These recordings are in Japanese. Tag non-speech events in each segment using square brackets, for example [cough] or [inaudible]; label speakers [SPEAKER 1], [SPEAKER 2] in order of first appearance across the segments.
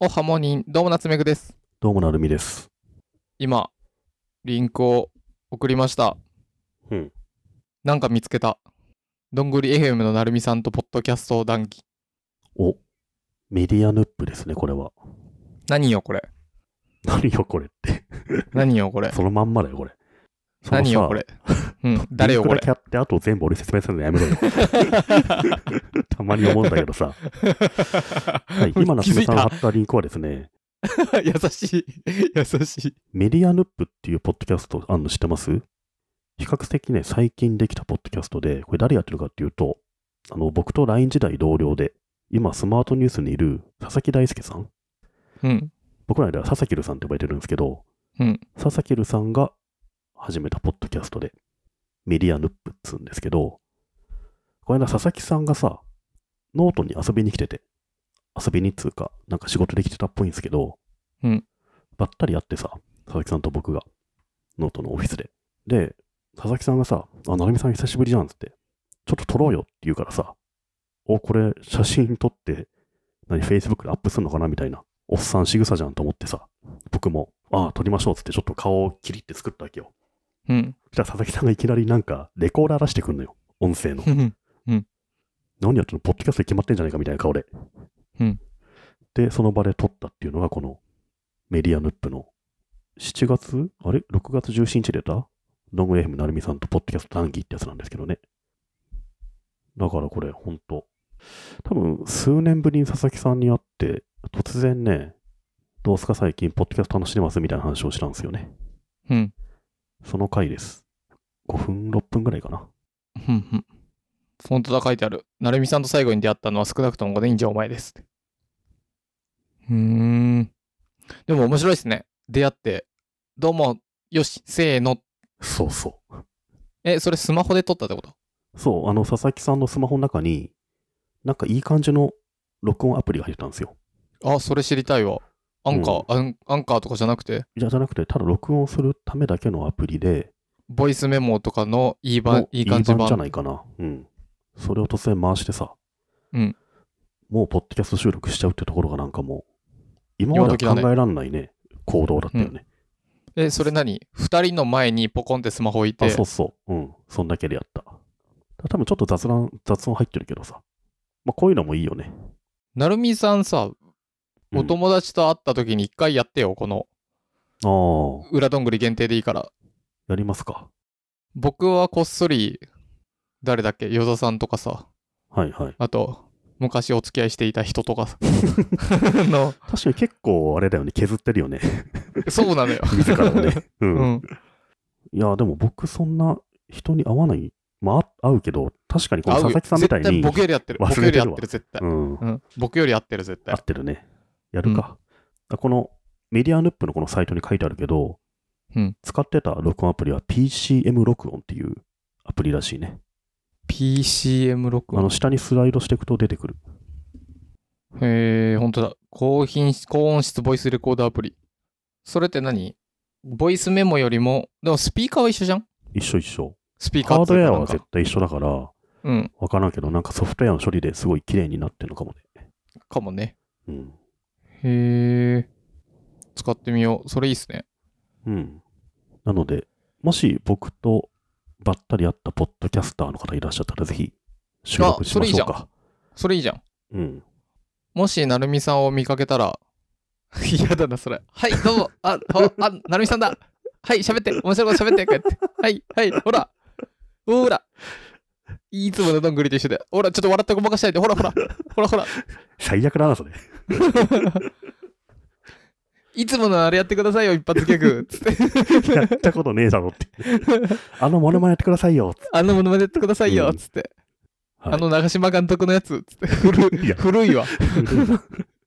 [SPEAKER 1] おはモーニン、どうも夏目ぐです。
[SPEAKER 2] どうもなるみです。
[SPEAKER 1] 今、リンクを送りました。
[SPEAKER 2] うん。
[SPEAKER 1] なんか見つけた。どんぐり FM のなるみさんとポッドキャストを談義。
[SPEAKER 2] お、メディアヌップですね、これは。 [laughs]
[SPEAKER 1] 何よこれ。
[SPEAKER 2] 何よ、これって。
[SPEAKER 1] 何よこれ。
[SPEAKER 2] そのまんまだよ、これ。そのさ
[SPEAKER 1] 何よこ。れ。うん。誰よこ
[SPEAKER 2] リン
[SPEAKER 1] れ
[SPEAKER 2] ク。だけあって、あと全部俺説明するのや
[SPEAKER 1] [laughs]
[SPEAKER 2] めろよ。 [laughs] たまに思うんだけどさ。
[SPEAKER 1] [laughs]
[SPEAKER 2] はい、今、
[SPEAKER 1] 気
[SPEAKER 2] 夏
[SPEAKER 1] づ
[SPEAKER 2] 目
[SPEAKER 1] い
[SPEAKER 2] さんが
[SPEAKER 1] た
[SPEAKER 2] 貼ったリンクはですね、
[SPEAKER 1] [laughs] 優しい。優しい。
[SPEAKER 2] メディアヌップっていうポッドキャストあんの知ってます比較的ね、最近できたポッドキャストで、これ誰やってるかっていうと、あの、僕と LINE 時代同僚で、今、スマートニュースにいる佐々木大輔さん
[SPEAKER 1] うん。
[SPEAKER 2] 僕らでは佐々木るさんって呼ばれてるんですけど、
[SPEAKER 1] うん
[SPEAKER 2] 佐々木るさんが始めたポッドキャストで、メディアヌップっつうんですけど、この間佐々木さんがさ、ノートに遊びに来てて、遊びにっつうか、なんか仕事で来てたっぽいんですけど、
[SPEAKER 1] うん
[SPEAKER 2] ばったり会ってさ、佐々木さんと僕が、ノートのオフィスで。で、佐々木さんがさ、あ、成美さん久しぶりじゃんっつって、ちょっと撮ろうよって言うからさ、お、これ写真撮って、何、Facebook でアップするのかなみたいな。おっさん仕草じゃんと思ってさ、僕も、ああ、撮りましょうっつって、ちょっと顔をキリって作ったわけよ。
[SPEAKER 1] うん。
[SPEAKER 2] そしたら佐々木さんがいきなりなんか、レコーダー出してくんのよ。音声の
[SPEAKER 1] う。ん。
[SPEAKER 2] 何やってんのポッドキャストで決まってんじゃないかみたいな顔で。
[SPEAKER 1] うん
[SPEAKER 2] で、その場で撮ったっていうのが、この、メディアヌップの、7月あれ ?6 月17日で出たロングエフムなるみさんとポッドキャスト談義ってやつなんですけどね。だからこれ、ほんと。多分、数年ぶりに佐々木さんに会って、突然ね、どうすか最近、ポッドキャスト楽しんでますみたいな話をしたんですよね。
[SPEAKER 1] うん。
[SPEAKER 2] その回です。5分、6分ぐらいかな。
[SPEAKER 1] うん。うんフォントが書いてある。なるみさんと最後に出会ったのは少なくとも5年以上前です。うーん。でも面白いですね。出会って、どうも、よし、せーの。
[SPEAKER 2] そうそう。
[SPEAKER 1] え、それスマホで撮ったってこと
[SPEAKER 2] そう、あの、佐々木さんのスマホの中に、なんかいい感じの録音アプリが入ってたんですよ。
[SPEAKER 1] あ、それ知りたいわ。アンカー、アンアンカーとかじゃなくて、
[SPEAKER 2] じゃじゃなくて、ただ録音するためだけのアプリで、
[SPEAKER 1] ボイスメモとかのいい版
[SPEAKER 2] も、う
[SPEAKER 1] いい感じ
[SPEAKER 2] 版
[SPEAKER 1] 版。
[SPEAKER 2] じゃないかな。うん。それを突然回してさ、
[SPEAKER 1] うん
[SPEAKER 2] もうポッドキャスト収録しちゃうってところがなんかもう、今まで
[SPEAKER 1] 今
[SPEAKER 2] は
[SPEAKER 1] 時だね
[SPEAKER 2] 考えらんないね、行動だったよね。
[SPEAKER 1] え、それ何二人の前にポコンってスマホ置いて、
[SPEAKER 2] あ、そうそう。うん。そんだけでやった。多分ちょっと雑談、雑音入ってるけどさ。まあ、こういうのもいいよね。
[SPEAKER 1] なるみさんさ、
[SPEAKER 2] うん
[SPEAKER 1] お友達と会った時に一回やってよ、この、
[SPEAKER 2] ああ、
[SPEAKER 1] 裏どんぐり限定でいいから。
[SPEAKER 2] やりますか。
[SPEAKER 1] 僕はこっそり、誰だっけ、与田さんとかさ、
[SPEAKER 2] はいはい。
[SPEAKER 1] あと、昔お付き合いしていた人と
[SPEAKER 2] [laughs]
[SPEAKER 1] かさの、
[SPEAKER 2] 確かに結構あれだよね、削ってるよね。
[SPEAKER 1] そうなのよ。
[SPEAKER 2] 自らもね。う。
[SPEAKER 1] [laughs] うんん。
[SPEAKER 2] いや、でも僕そんな人に会わない。まあ、会うけど、確かにこの
[SPEAKER 1] 合
[SPEAKER 2] 佐
[SPEAKER 1] うよ
[SPEAKER 2] 々木さんみたい
[SPEAKER 1] 絶対
[SPEAKER 2] に、
[SPEAKER 1] 僕よりやってる。僕
[SPEAKER 2] 忘
[SPEAKER 1] よ
[SPEAKER 2] れ
[SPEAKER 1] り
[SPEAKER 2] て
[SPEAKER 1] や
[SPEAKER 2] る
[SPEAKER 1] っ
[SPEAKER 2] わ
[SPEAKER 1] てる、絶対
[SPEAKER 2] う。ん、合
[SPEAKER 1] うん。僕よりやってる、絶対。
[SPEAKER 2] ってるね。やるか。このメディアヌップのこのサイトに書いてあるけど、
[SPEAKER 1] うん
[SPEAKER 2] 使ってた録音アプリは PCM 録音っていうアプリらしいね。
[SPEAKER 1] PCM 録
[SPEAKER 2] あの、
[SPEAKER 1] 音。
[SPEAKER 2] 下にスライドしていくと出てくる。
[SPEAKER 1] へえ、ほんとだ。高品質、高音質ボイスレコードアプリ。それって何ボイスメモよりも、でもスピーカーは一緒じゃん
[SPEAKER 2] 一緒一緒。
[SPEAKER 1] スピーカー
[SPEAKER 2] ハー
[SPEAKER 1] って
[SPEAKER 2] ド
[SPEAKER 1] い
[SPEAKER 2] ウ
[SPEAKER 1] う
[SPEAKER 2] ェ
[SPEAKER 1] か
[SPEAKER 2] ア
[SPEAKER 1] な
[SPEAKER 2] は
[SPEAKER 1] んか
[SPEAKER 2] 絶対一緒だから、
[SPEAKER 1] うん、
[SPEAKER 2] わからんけど、なんかソフトウェアの処理ですごい綺麗になってるのかもね。
[SPEAKER 1] かもね。
[SPEAKER 2] うん。
[SPEAKER 1] へえ。使ってみよう。それいいっすね。
[SPEAKER 2] うん。なので、もし僕とばったり会ったポッドキャスターの方いらっしゃったら、ぜひ収録しましょうか。
[SPEAKER 1] それいいじゃん。
[SPEAKER 2] うん。
[SPEAKER 1] もし、なるみさんを見かけたら、 [laughs] 嫌だな、それ。はい、どうも、あ、ほあ、なるみさんだ。はい、喋って、面白いこと喋って、こうやって。はい、はい、ほら。ほら。いつものどんぐりと一緒で。ほら、ちょっと笑ってごまかしないで。ほら、ほら。ほら、ほら。
[SPEAKER 2] 最悪だな、それ。 [laughs]
[SPEAKER 1] いつものあれやってくださいよ、一発ギャグ。つって。
[SPEAKER 2] やったことねえだろって。 [laughs] あのモノマネやってくださいよ。
[SPEAKER 1] あのものまねやってくださいよ、
[SPEAKER 2] うん
[SPEAKER 1] つって。
[SPEAKER 2] はい
[SPEAKER 1] あの長嶋監督のやつ、つって。古
[SPEAKER 2] い
[SPEAKER 1] い
[SPEAKER 2] や
[SPEAKER 1] 古いわ。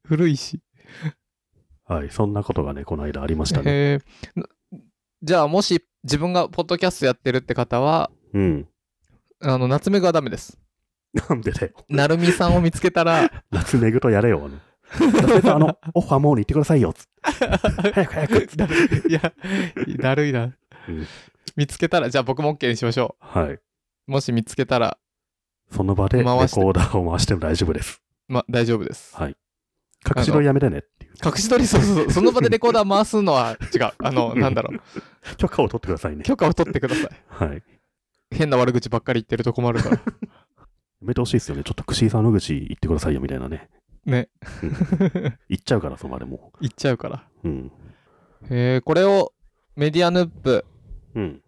[SPEAKER 1] 古いし。
[SPEAKER 2] [laughs] はい、そんなことがね、この間ありましたね。
[SPEAKER 1] へーなじゃあ、もし自分がポッドキャストやってるって方は、
[SPEAKER 2] うん。
[SPEAKER 1] あの、夏目がダメです。
[SPEAKER 2] なんでだよ。
[SPEAKER 1] なるみさんを見つけた
[SPEAKER 2] [laughs]
[SPEAKER 1] ら、
[SPEAKER 2] 夏目ぐとやれよ。あの夏目さんあの、オファーモーに行ってくださ
[SPEAKER 1] [laughs]
[SPEAKER 2] いよ。つって早く早く。
[SPEAKER 1] だいや、だるいな
[SPEAKER 2] うん。
[SPEAKER 1] 見つけたら、じゃあ僕も OK にしましょ
[SPEAKER 2] はい。
[SPEAKER 1] う。もし見つけたら、
[SPEAKER 2] その場でレコ
[SPEAKER 1] 回して
[SPEAKER 2] ーダーを回しても大丈夫です。
[SPEAKER 1] ま、大丈夫です。
[SPEAKER 2] 隠し撮りやめてねっていう。
[SPEAKER 1] 隠し撮り、そう
[SPEAKER 2] [laughs]
[SPEAKER 1] そうそう、その場でレコーダー回すのは違う。あの、なんだろう。
[SPEAKER 2] 許可を取ってくださいね。
[SPEAKER 1] 許可を取ってください。
[SPEAKER 2] はい。や
[SPEAKER 1] 変な悪口ばっかり言ってると困るから。
[SPEAKER 2] めてほしいですよね。ちょっと串井さんの口言ってくださいよみたいなね。
[SPEAKER 1] ね。
[SPEAKER 2] 言っちゃうから、そのまでも
[SPEAKER 1] 言っちゃうから。
[SPEAKER 2] う。うん。
[SPEAKER 1] えー、これをメディアヌップ、
[SPEAKER 2] うん。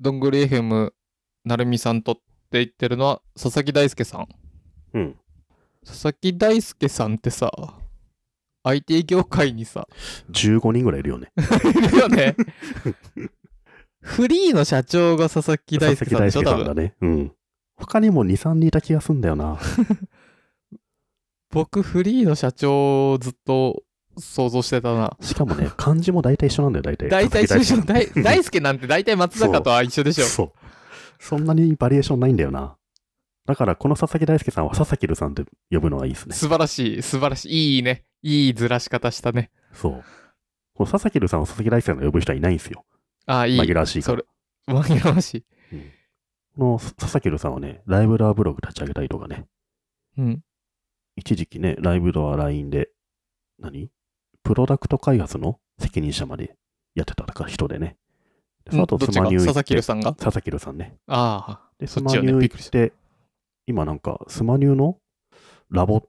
[SPEAKER 1] どんぐり FM、なるみさんとって言ってるのは、佐々木大輔さん。
[SPEAKER 2] うん。
[SPEAKER 1] 佐々木大輔さんってさ、IT 業界にさ、
[SPEAKER 2] 15人ぐらいいるよね。
[SPEAKER 1] いるよね。フリーの社長が佐々木大輔さんでしょ、
[SPEAKER 2] 佐
[SPEAKER 1] 多分
[SPEAKER 2] 々木大輔さんだ。ね。うん。他にも2、3人いた気がすんだよな。
[SPEAKER 1] 僕、フリーの社長をずっと想像してたな。
[SPEAKER 2] しかもね、漢字も大体一緒なんだよ、大体。
[SPEAKER 1] 大体一緒
[SPEAKER 2] 佐々木
[SPEAKER 1] 大大輔なんて大体松坂とは一緒でしょ。
[SPEAKER 2] そう。そんなにバリエーションないんだよな。だから、この佐々木大輔さんは佐々木るさんって呼ぶのはいいですね。
[SPEAKER 1] 素晴らしい、素晴らしい。いいね。いいずらし方したね。
[SPEAKER 2] そう。この佐々木るさんを佐々木大輔さんが呼ぶ人はいないんですよ。
[SPEAKER 1] ああ、いい。
[SPEAKER 2] 紛らわしいか
[SPEAKER 1] そ
[SPEAKER 2] ら。
[SPEAKER 1] れ、紛らわしい。
[SPEAKER 2] この佐々木るさんはね、ライブドアブログ立ち上げたりとかね、
[SPEAKER 1] うん。
[SPEAKER 2] 一時期ね、ライブドア LINE で、何プロダクト開発の責任者までやってた人でね。でその後
[SPEAKER 1] どっち
[SPEAKER 2] スマ
[SPEAKER 1] が
[SPEAKER 2] ニュー行
[SPEAKER 1] 佐
[SPEAKER 2] っ
[SPEAKER 1] 々木
[SPEAKER 2] て
[SPEAKER 1] 留さんが
[SPEAKER 2] 佐々木るさんね。
[SPEAKER 1] ああ。
[SPEAKER 2] で、
[SPEAKER 1] そ
[SPEAKER 2] ス
[SPEAKER 1] っ
[SPEAKER 2] マ
[SPEAKER 1] ち
[SPEAKER 2] ニ
[SPEAKER 1] よね
[SPEAKER 2] ュー
[SPEAKER 1] びっ
[SPEAKER 2] 行
[SPEAKER 1] くりし
[SPEAKER 2] ったて、今なんか、スマニューのラボ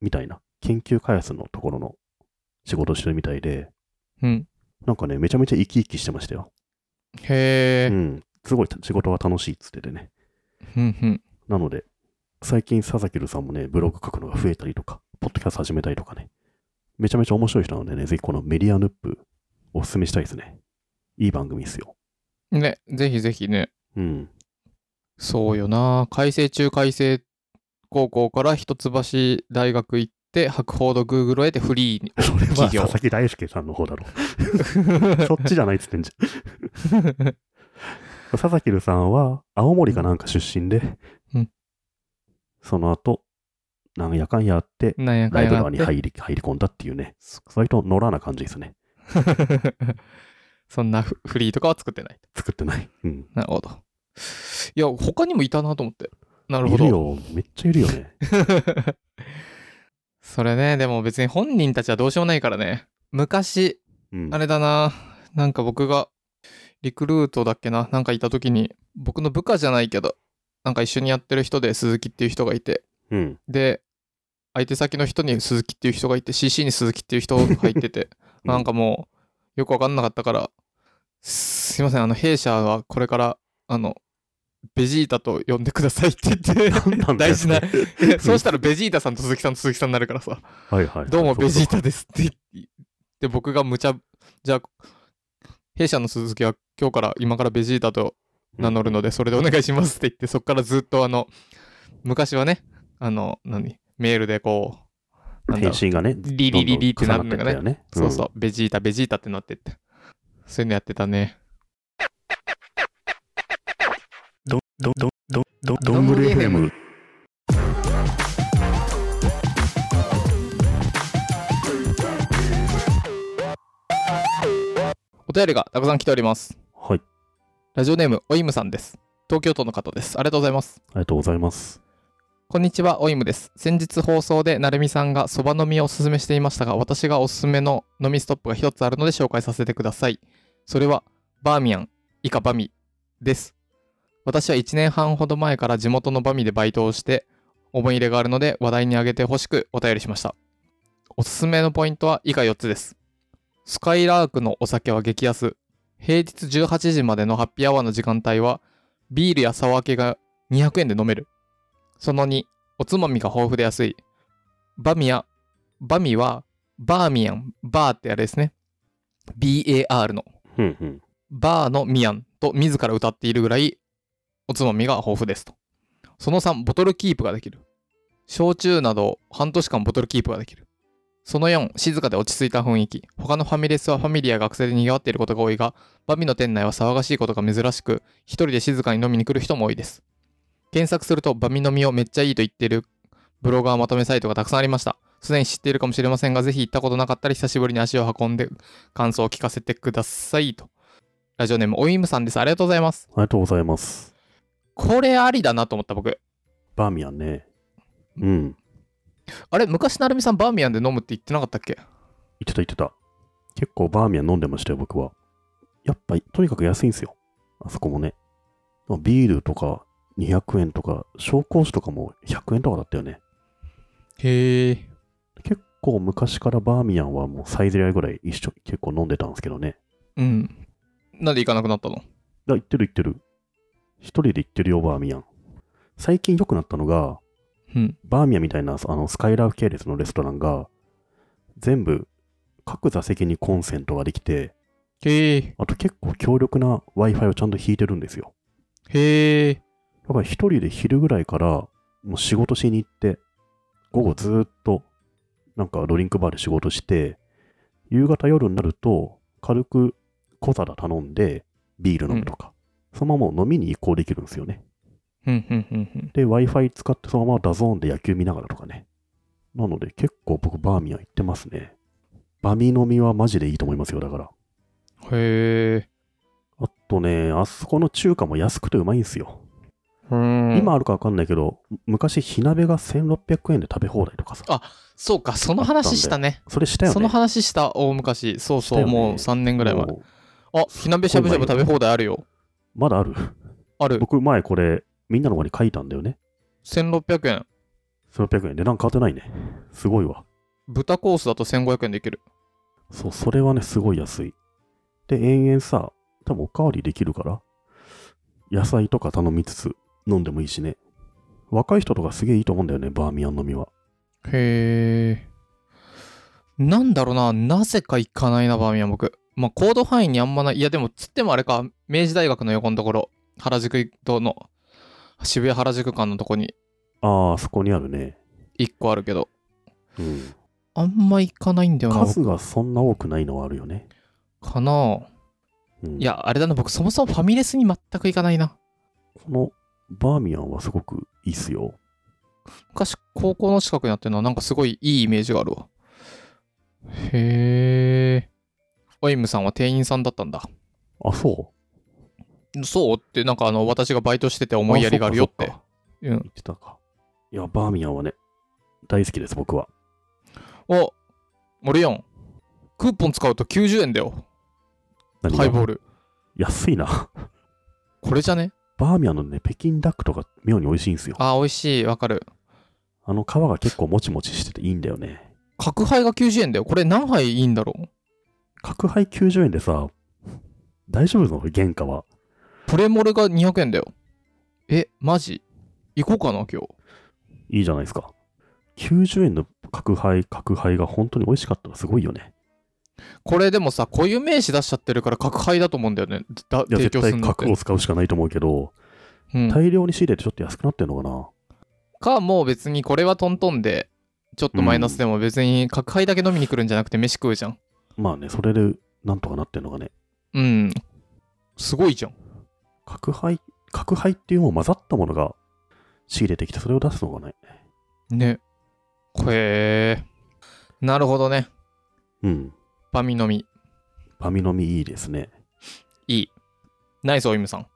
[SPEAKER 2] みたいな、研究開発のところの仕事をしてるみたいで、
[SPEAKER 1] うん。
[SPEAKER 2] なんかね、めちゃめちゃ生き生きしてましたよ。
[SPEAKER 1] へえ。
[SPEAKER 2] うん。すごい仕事が楽しいっつっててね。
[SPEAKER 1] うんうん。
[SPEAKER 2] なので、最近、佐々木るさんもね、ブログ書くのが増えたりとか、ポッドキャスト始めたりとかね、めちゃめちゃ面白い人なのでね、ぜひこのメディアヌップ、おすすめしたいですね。いい番組ですよ。
[SPEAKER 1] ね、ぜひぜひね。
[SPEAKER 2] うん。
[SPEAKER 1] そうよな。改正中改正高校から一橋大学行って、博報堂 Google へでフリー
[SPEAKER 2] [laughs]
[SPEAKER 1] に。
[SPEAKER 2] [laughs] それは
[SPEAKER 1] 企業
[SPEAKER 2] 佐々木大輔さんの方だろ。 [laughs] そっちじゃないっつってんじゃん。 [laughs] 佐々木留さんは、青森かなんか出身で、
[SPEAKER 1] うん
[SPEAKER 2] その後、なんやかんやあって、
[SPEAKER 1] なんやか
[SPEAKER 2] ラ
[SPEAKER 1] んや
[SPEAKER 2] イブ
[SPEAKER 1] が
[SPEAKER 2] 側
[SPEAKER 1] あっ
[SPEAKER 2] に
[SPEAKER 1] て
[SPEAKER 2] 入り入り込んだっていうね、割と野良な感じですね。
[SPEAKER 1] そんなフフリーとかは作ってない。
[SPEAKER 2] 作ってない。うん。
[SPEAKER 1] なるほど。いや、他にもいたなと思って。なるほ
[SPEAKER 2] い
[SPEAKER 1] ど。
[SPEAKER 2] るよ、めっちゃいるよね。
[SPEAKER 1] [laughs] それね、でも別に本人たちはどうしようもないからね。昔、
[SPEAKER 2] うん、
[SPEAKER 1] あれだな、なんか僕が、リクルートだっけな、なんかいた時に、僕の部下じゃないけど、なんか一緒にやってる人で鈴木っていう人がいて、
[SPEAKER 2] うん。
[SPEAKER 1] で、相手先の人に鈴木っていう人がいて、CC に鈴木っていう人
[SPEAKER 2] [laughs]
[SPEAKER 1] 入ってて、なんかもう、よくわかんなかったから、すいません、あの、弊社はこれから、あの、ベジータと呼んでくださいって言って、
[SPEAKER 2] 何なんだよ
[SPEAKER 1] 大事な
[SPEAKER 2] [laughs] それ、
[SPEAKER 1] そうしたらベジータさんと鈴木さんと鈴木さんになるからさ、
[SPEAKER 2] はいはいはい。
[SPEAKER 1] どうもベジー
[SPEAKER 2] そ
[SPEAKER 1] タ
[SPEAKER 2] う
[SPEAKER 1] ですって言って、僕が無茶、じゃあ、弊社の鈴木は今日から、今からベジータと名乗るので、それでお願いしますって言って、そっからずっとあの、昔はね、あの、何、メールでこう、なんだ
[SPEAKER 2] 返
[SPEAKER 1] ろう
[SPEAKER 2] 信がね、
[SPEAKER 1] リリリリってなるの
[SPEAKER 2] ど
[SPEAKER 1] が
[SPEAKER 2] んどん重なってっ
[SPEAKER 1] ね
[SPEAKER 2] たよ、ね。
[SPEAKER 1] そうそう、ベジータ、ベジータってなってって、そういうのやってたね。
[SPEAKER 2] ど、ど、ど、ど、
[SPEAKER 1] どんぐり FM。お便りがたくさん来ております。
[SPEAKER 2] はい、
[SPEAKER 1] ラジオネーム、おいむさんです。東京都の方です。ありがとうございます。
[SPEAKER 2] ありがとうございます。
[SPEAKER 1] こんにちは、おいむです。先日放送で、なるみさんがそば飲みをおすすめしていましたが、私がおすすめの飲みストップが一つあるので紹介させてください。それは、バーミヤン、以下バミです。私は1年半ほど前から地元のバミでバイトをして、思い入れがあるので話題に挙げてほしくお便りしました。おすすめのポイントは以下4つです。スカイラークのお酒は激安。平日18時までのハッピーアワーの時間帯は、ビールやサワー系が200円で飲める。その2、おつまみが豊富で安い。バミや、バミは、バーミヤン、バーってあれですね。BAR の、
[SPEAKER 2] うんうん。
[SPEAKER 1] バーのミヤンと自ら歌っているぐらい、おつまみが豊富ですと。その3、ボトルキープができる。焼酎など半年間ボトルキープができる。その4、静かで落ち着いた雰囲気。他のファミレスはファミリーや学生で賑わっていることが多いが、バミの店内は騒がしいことが珍しく、一人で静かに飲みに来る人も多いです。検索するとバミ飲みをめっちゃいいと言っているブロガーまとめサイトがたくさんありました。すでに知っているかもしれませんが、ぜひ行ったことなかったり、久しぶりに足を運んで感想を聞かせてくださいと。ラジオネーム、おいむさんです。ありがとうございます。
[SPEAKER 2] ありがとうございます。
[SPEAKER 1] これありだなと思った僕。
[SPEAKER 2] バーミヤンね。うん。
[SPEAKER 1] あれ、昔なるみさんバーミヤンで飲むって言ってなかったっけ
[SPEAKER 2] ってた言ってた。結構バーミヤン飲んでましたよ、僕は。やっぱ、とにかく安いんですよ。あそこもね。まあビールとか200円とか、紹興酒とかも100円とかだったよね。
[SPEAKER 1] へえ。
[SPEAKER 2] 結構昔からバーミヤンはもうサイゼリアぐらい一緒に結構飲んでたんですけどね。
[SPEAKER 1] うん。なんで行かなくなったの
[SPEAKER 2] あ、行ってる行ってる。一人で行ってるよ、バーミヤン。最近良くなったのが、
[SPEAKER 1] うん。
[SPEAKER 2] バーミヤンみたいなあのスカイラーフ系列のレストランが、全部各座席にコンセントができて、
[SPEAKER 1] へえ。
[SPEAKER 2] あと結構強力な Wi-Fi をちゃんと引いてるんですよ。
[SPEAKER 1] へえ。
[SPEAKER 2] だから一人で昼ぐらいからもう仕事しに行って、午後ずーっとなんかドリンクバーで仕事して、夕方夜になると軽く小皿頼んでビール飲むとか、そのままもう飲みに移行できるんですよね。
[SPEAKER 1] うんうんうんうん。
[SPEAKER 2] で、Wi-Fi 使ってそのままダゾーンで野球見ながらとかね。なので結構僕バーミヤン行ってますね。バミ飲みはマジでいいと思いますよ、だから。
[SPEAKER 1] へえ。
[SPEAKER 2] あとね、あそこの中華も安くてうまいんですよ。
[SPEAKER 1] うん。
[SPEAKER 2] 今あるかわかんないけど、昔火鍋が1600円で食べ放題とかさ。
[SPEAKER 1] あそうか、その話したね。
[SPEAKER 2] それしたよね。
[SPEAKER 1] その話した、大昔。そう
[SPEAKER 2] し
[SPEAKER 1] そ
[SPEAKER 2] た
[SPEAKER 1] う、
[SPEAKER 2] よね
[SPEAKER 1] もう3年ぐらい前。
[SPEAKER 2] もう
[SPEAKER 1] あ、火鍋しゃぶしゃぶ食べ放題あるよ。
[SPEAKER 2] まだある。
[SPEAKER 1] ある。
[SPEAKER 2] 僕前これ、みんなの方に書いたんだよね。
[SPEAKER 1] 1600円。
[SPEAKER 2] 1600円。値段変わってないね。すごいわ。
[SPEAKER 1] 豚コースだと1500円でいける。
[SPEAKER 2] そう、それはね、すごい安い。で、延々さ、多分おかわりできるから、野菜とか頼みつつ飲んでもいいしね。若い人とかすげえいいと思うんだよね、バーミヤン飲みは。
[SPEAKER 1] へえ。なんだろうな、なぜか行かないな、バーミヤン僕。まあ、行動範囲にあんまない。いや、でも、つってもあれか、明治大学の横のところ、原宿との、渋谷原宿間のとこに
[SPEAKER 2] ああ、そこにあるね。
[SPEAKER 1] 1個あるけど、
[SPEAKER 2] うん。
[SPEAKER 1] あんま行かないんだよな、
[SPEAKER 2] 数がそんな多くないのはあるよね。
[SPEAKER 1] 僕かな。
[SPEAKER 2] うん、
[SPEAKER 1] い、や、あれだな、僕、そもそもファミレスに全く行かないな。
[SPEAKER 2] このバーミヤンはすごくいいっすよ。
[SPEAKER 1] 昔、高校の近くにあってるのは、なんかすごいいいイメージがあるわ。へえ。オイムさんは店員さんだったんだ。
[SPEAKER 2] あ、そう
[SPEAKER 1] そうって、なんかあの、私がバイトしてて思いやりがあるよっ
[SPEAKER 2] そ
[SPEAKER 1] て
[SPEAKER 2] か。
[SPEAKER 1] う
[SPEAKER 2] そっか言
[SPEAKER 1] ん。
[SPEAKER 2] ってたか。いや、バーミヤンはね、大好きです、僕は。
[SPEAKER 1] お、俺やん。クーポン使うと90円だよ。
[SPEAKER 2] 何が
[SPEAKER 1] ハイボール。
[SPEAKER 2] 安いな。 [laughs]
[SPEAKER 1] これじゃね
[SPEAKER 2] バーミヤンのね、北京ダックとか妙に美味しいんですよ。あ
[SPEAKER 1] あー、美味しい。わかる。
[SPEAKER 2] の皮が結構もちもちしてていいんだよね。
[SPEAKER 1] 角杯が90円だよ。これ何杯いいんだろう
[SPEAKER 2] 角杯90円でさ、大丈夫なの原価は。
[SPEAKER 1] プレモルが200円だよ。え、マジ行こうかな、今日。
[SPEAKER 2] いいじゃないですか。90円の角杯、角杯が本当に美味しかったらすごいよね。
[SPEAKER 1] これでもさ、固有名詞出しちゃってるから、角杯だと思うんだよね。だ
[SPEAKER 2] いや、
[SPEAKER 1] 提
[SPEAKER 2] 絶
[SPEAKER 1] 供す
[SPEAKER 2] 対
[SPEAKER 1] るのっ
[SPEAKER 2] 角
[SPEAKER 1] て
[SPEAKER 2] を。使うしかないと思うけど、
[SPEAKER 1] うん
[SPEAKER 2] 大量に仕入れてちょっと安くなってんのかな。
[SPEAKER 1] か、もう別にこれはトントンで、ちょっとマイナスでも別に角杯だけ飲みに来るんじゃなくて飯食うじゃん。
[SPEAKER 2] まあね、それでなんとかなってんのがね。
[SPEAKER 1] うん。すごいじゃん。
[SPEAKER 2] 角杯、角杯っていうもう混ざったものが仕入れてきて、それを出すのがね。
[SPEAKER 1] ね。へえ。なるほどね。
[SPEAKER 2] うん。
[SPEAKER 1] バミ飲み。
[SPEAKER 2] バミ飲みいいですね。
[SPEAKER 1] いい。ナイス、おゆむさん。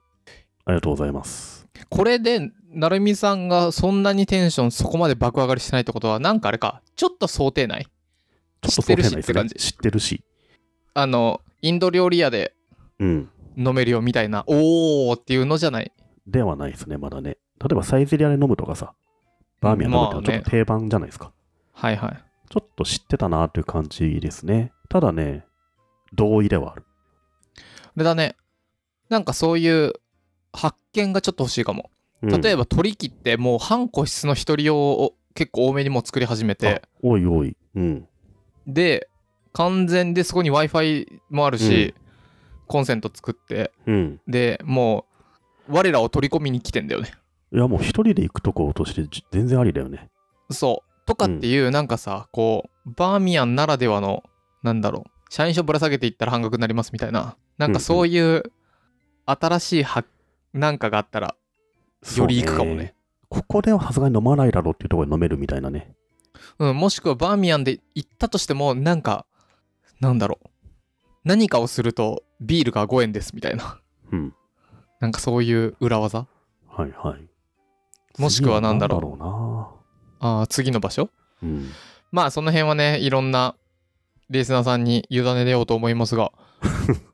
[SPEAKER 2] ありがとうございます。
[SPEAKER 1] これで、なるみさんがそんなにテンションそこまで爆上がりしてないってことは、なんかあれか、ちょっと想定内。
[SPEAKER 2] ちょっと想定内で
[SPEAKER 1] 知ってるしって
[SPEAKER 2] すね
[SPEAKER 1] 感じ
[SPEAKER 2] 知ってるし。
[SPEAKER 1] あの、インド料理屋で
[SPEAKER 2] うん。
[SPEAKER 1] 飲めるよみたいな、おーっていうのじゃない。
[SPEAKER 2] ではないですね、まだね。例えばサイゼリアで飲むとかさ、バーミヤン飲むっての
[SPEAKER 1] ま
[SPEAKER 2] は
[SPEAKER 1] あ
[SPEAKER 2] ちょ
[SPEAKER 1] ね
[SPEAKER 2] っと定番じゃないですか。
[SPEAKER 1] はいはい。
[SPEAKER 2] ちょっと知ってたなという感じですね。ただね、同意ではある。
[SPEAKER 1] あれだね。なんかそういう発見がちょっと欲しいかも。
[SPEAKER 2] うん
[SPEAKER 1] 例えば、取り切ってもう半個室の一人用を結構多めにもう作り始めて、
[SPEAKER 2] あおいおい。うん。
[SPEAKER 1] で、完全でそこに Wi-Fi もあるし、コンセント作って、
[SPEAKER 2] うん。
[SPEAKER 1] で、もう、我らを取り込みに来てんだよね。
[SPEAKER 2] いや、もう一人で行くとことしてじ全然ありだよね。
[SPEAKER 1] そう。とかっていう、なんかさ、こう、バーミヤンならではの、なんだろう、社員証ぶら下げていったら半額になりますみたいな、なんかそういう、新しいは、なんかがあったら、より行くかも
[SPEAKER 2] そう
[SPEAKER 1] ね。
[SPEAKER 2] ここではさすがに飲まないだろうっていうところで飲めるみたいなね。
[SPEAKER 1] うん、もしくはバーミヤンで行ったとしても、なんか、なんだろう、何かをすると、ビールが5円ですみたいな、
[SPEAKER 2] うん。
[SPEAKER 1] なんかそういう裏技
[SPEAKER 2] はいはい。
[SPEAKER 1] もしくは何だろう
[SPEAKER 2] 次は何だろ
[SPEAKER 1] あー次の場所
[SPEAKER 2] うな。うん。
[SPEAKER 1] まあ、その辺はね、いろんなリスナーさんに委ねようと思います
[SPEAKER 2] [laughs]
[SPEAKER 1] が、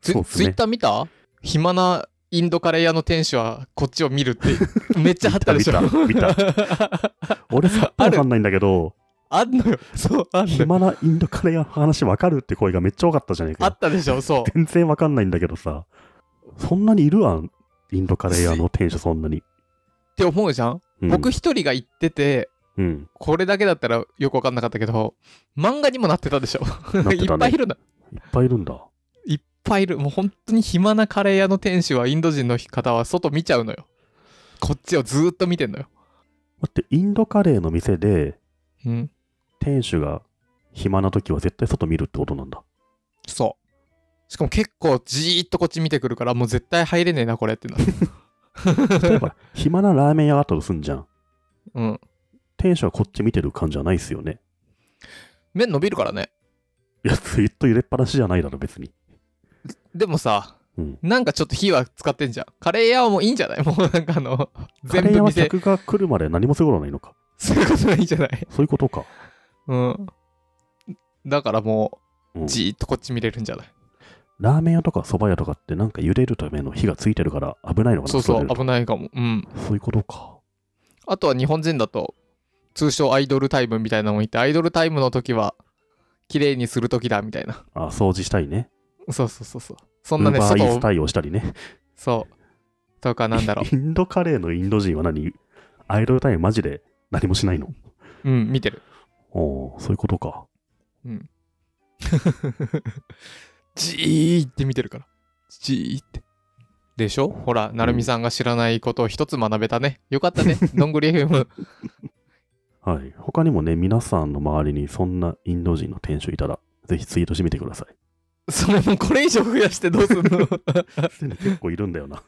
[SPEAKER 1] ツ
[SPEAKER 2] そうっす
[SPEAKER 1] ツイ
[SPEAKER 2] ね
[SPEAKER 1] ッ。ター見た暇なインドカレー屋の店主はこっちを見る
[SPEAKER 2] [laughs]
[SPEAKER 1] って、めっちゃ貼ったでしょ。
[SPEAKER 2] 見た見
[SPEAKER 1] [laughs]
[SPEAKER 2] 俺さっぱりわかんないんだけど、
[SPEAKER 1] あんのよ。そう、あんのよ。
[SPEAKER 2] 暇なインドカレー屋の話わかるって声がめっちゃ多かったじゃねえ
[SPEAKER 1] あ
[SPEAKER 2] かよ。
[SPEAKER 1] ったでしょ、そう。
[SPEAKER 2] 全然わかんないんだけどさ、そんなにいるわ、インドカレー屋の店主そんなに。
[SPEAKER 1] って思うじゃん、
[SPEAKER 2] うん、
[SPEAKER 1] 僕一人が行ってて、
[SPEAKER 2] うん、
[SPEAKER 1] これだけだったらよく分かんなかったけど、漫画にもなってたでしょ。
[SPEAKER 2] なって
[SPEAKER 1] [laughs] [laughs] い
[SPEAKER 2] た
[SPEAKER 1] っぱ
[SPEAKER 2] ね
[SPEAKER 1] いい。るんだ。
[SPEAKER 2] いっぱいいるんだ。
[SPEAKER 1] いっぱいいる。もう本当に暇なカレー屋の店主はインド人の方は外見ちゃうのよ。こっちをずーっと見てんのよ。
[SPEAKER 2] 待って、インドカレーの店で、
[SPEAKER 1] うん。
[SPEAKER 2] 店主が暇な時は絶対外見るってことなんだ。
[SPEAKER 1] そう。しかも結構じーっとこっち見てくるから、もう絶対入れねえな、これってなる。
[SPEAKER 2] 例えば、
[SPEAKER 1] [laughs]
[SPEAKER 2] 暇なラーメン屋があったとすんじゃん。
[SPEAKER 1] うん。
[SPEAKER 2] 店主はこっち見てる感じはないっすよね。
[SPEAKER 1] 麺伸びるからね。
[SPEAKER 2] いや、ずっと揺れっぱなしじゃないだろ、別に。
[SPEAKER 1] でもさ、
[SPEAKER 2] うん
[SPEAKER 1] なんかちょっと火は使ってんじゃん。カレー屋はもういいんじゃないもうなんかあの、
[SPEAKER 2] カ
[SPEAKER 1] 全
[SPEAKER 2] レー
[SPEAKER 1] 部
[SPEAKER 2] 屋は
[SPEAKER 1] 店、
[SPEAKER 2] 客が来るまで何もすることはないのか。
[SPEAKER 1] そういうことないんじゃ
[SPEAKER 2] [laughs]
[SPEAKER 1] ない
[SPEAKER 2] そういうことか。
[SPEAKER 1] うん。だからも
[SPEAKER 2] う
[SPEAKER 1] う、
[SPEAKER 2] ん
[SPEAKER 1] じーっとこっち見れるんじゃない、
[SPEAKER 2] ラーメン屋とか蕎麦屋とかってなんか茹でるための火がついてるから危ないのかな
[SPEAKER 1] そうそ
[SPEAKER 2] 外
[SPEAKER 1] う、
[SPEAKER 2] 出ると
[SPEAKER 1] 危ないかも。うん。
[SPEAKER 2] そういうことか。
[SPEAKER 1] あとは日本人だと、通称アイドルタイムみたいなのもいて、アイドルタイムの時は、綺麗にする時だみたいな。 [laughs]
[SPEAKER 2] あ、掃除したりね。
[SPEAKER 1] そうそうそうそう。そ
[SPEAKER 2] ウ
[SPEAKER 1] んな
[SPEAKER 2] ー
[SPEAKER 1] ね、
[SPEAKER 2] バーイ
[SPEAKER 1] 外
[SPEAKER 2] ー
[SPEAKER 1] を
[SPEAKER 2] ツ、対応したりね。
[SPEAKER 1] そう。とかなんだろ
[SPEAKER 2] インドカレーのインド人は何アイドルタイムマジで何もしないの
[SPEAKER 1] う。うん、見てる。
[SPEAKER 2] おーそういうことか。
[SPEAKER 1] うん。じーって見てるから。じーって。でしょほら、なるみさんが知らないことを一つ学べたね。よかったね。どんぐり FM。
[SPEAKER 2] はい。他にもね、皆さんの周りにそんなインド人の店主いたら、ぜひツ
[SPEAKER 1] [laughs]
[SPEAKER 2] イートしてみてください。
[SPEAKER 1] それもこれ以上増やしてどうすんの
[SPEAKER 2] 結構いるんだよな。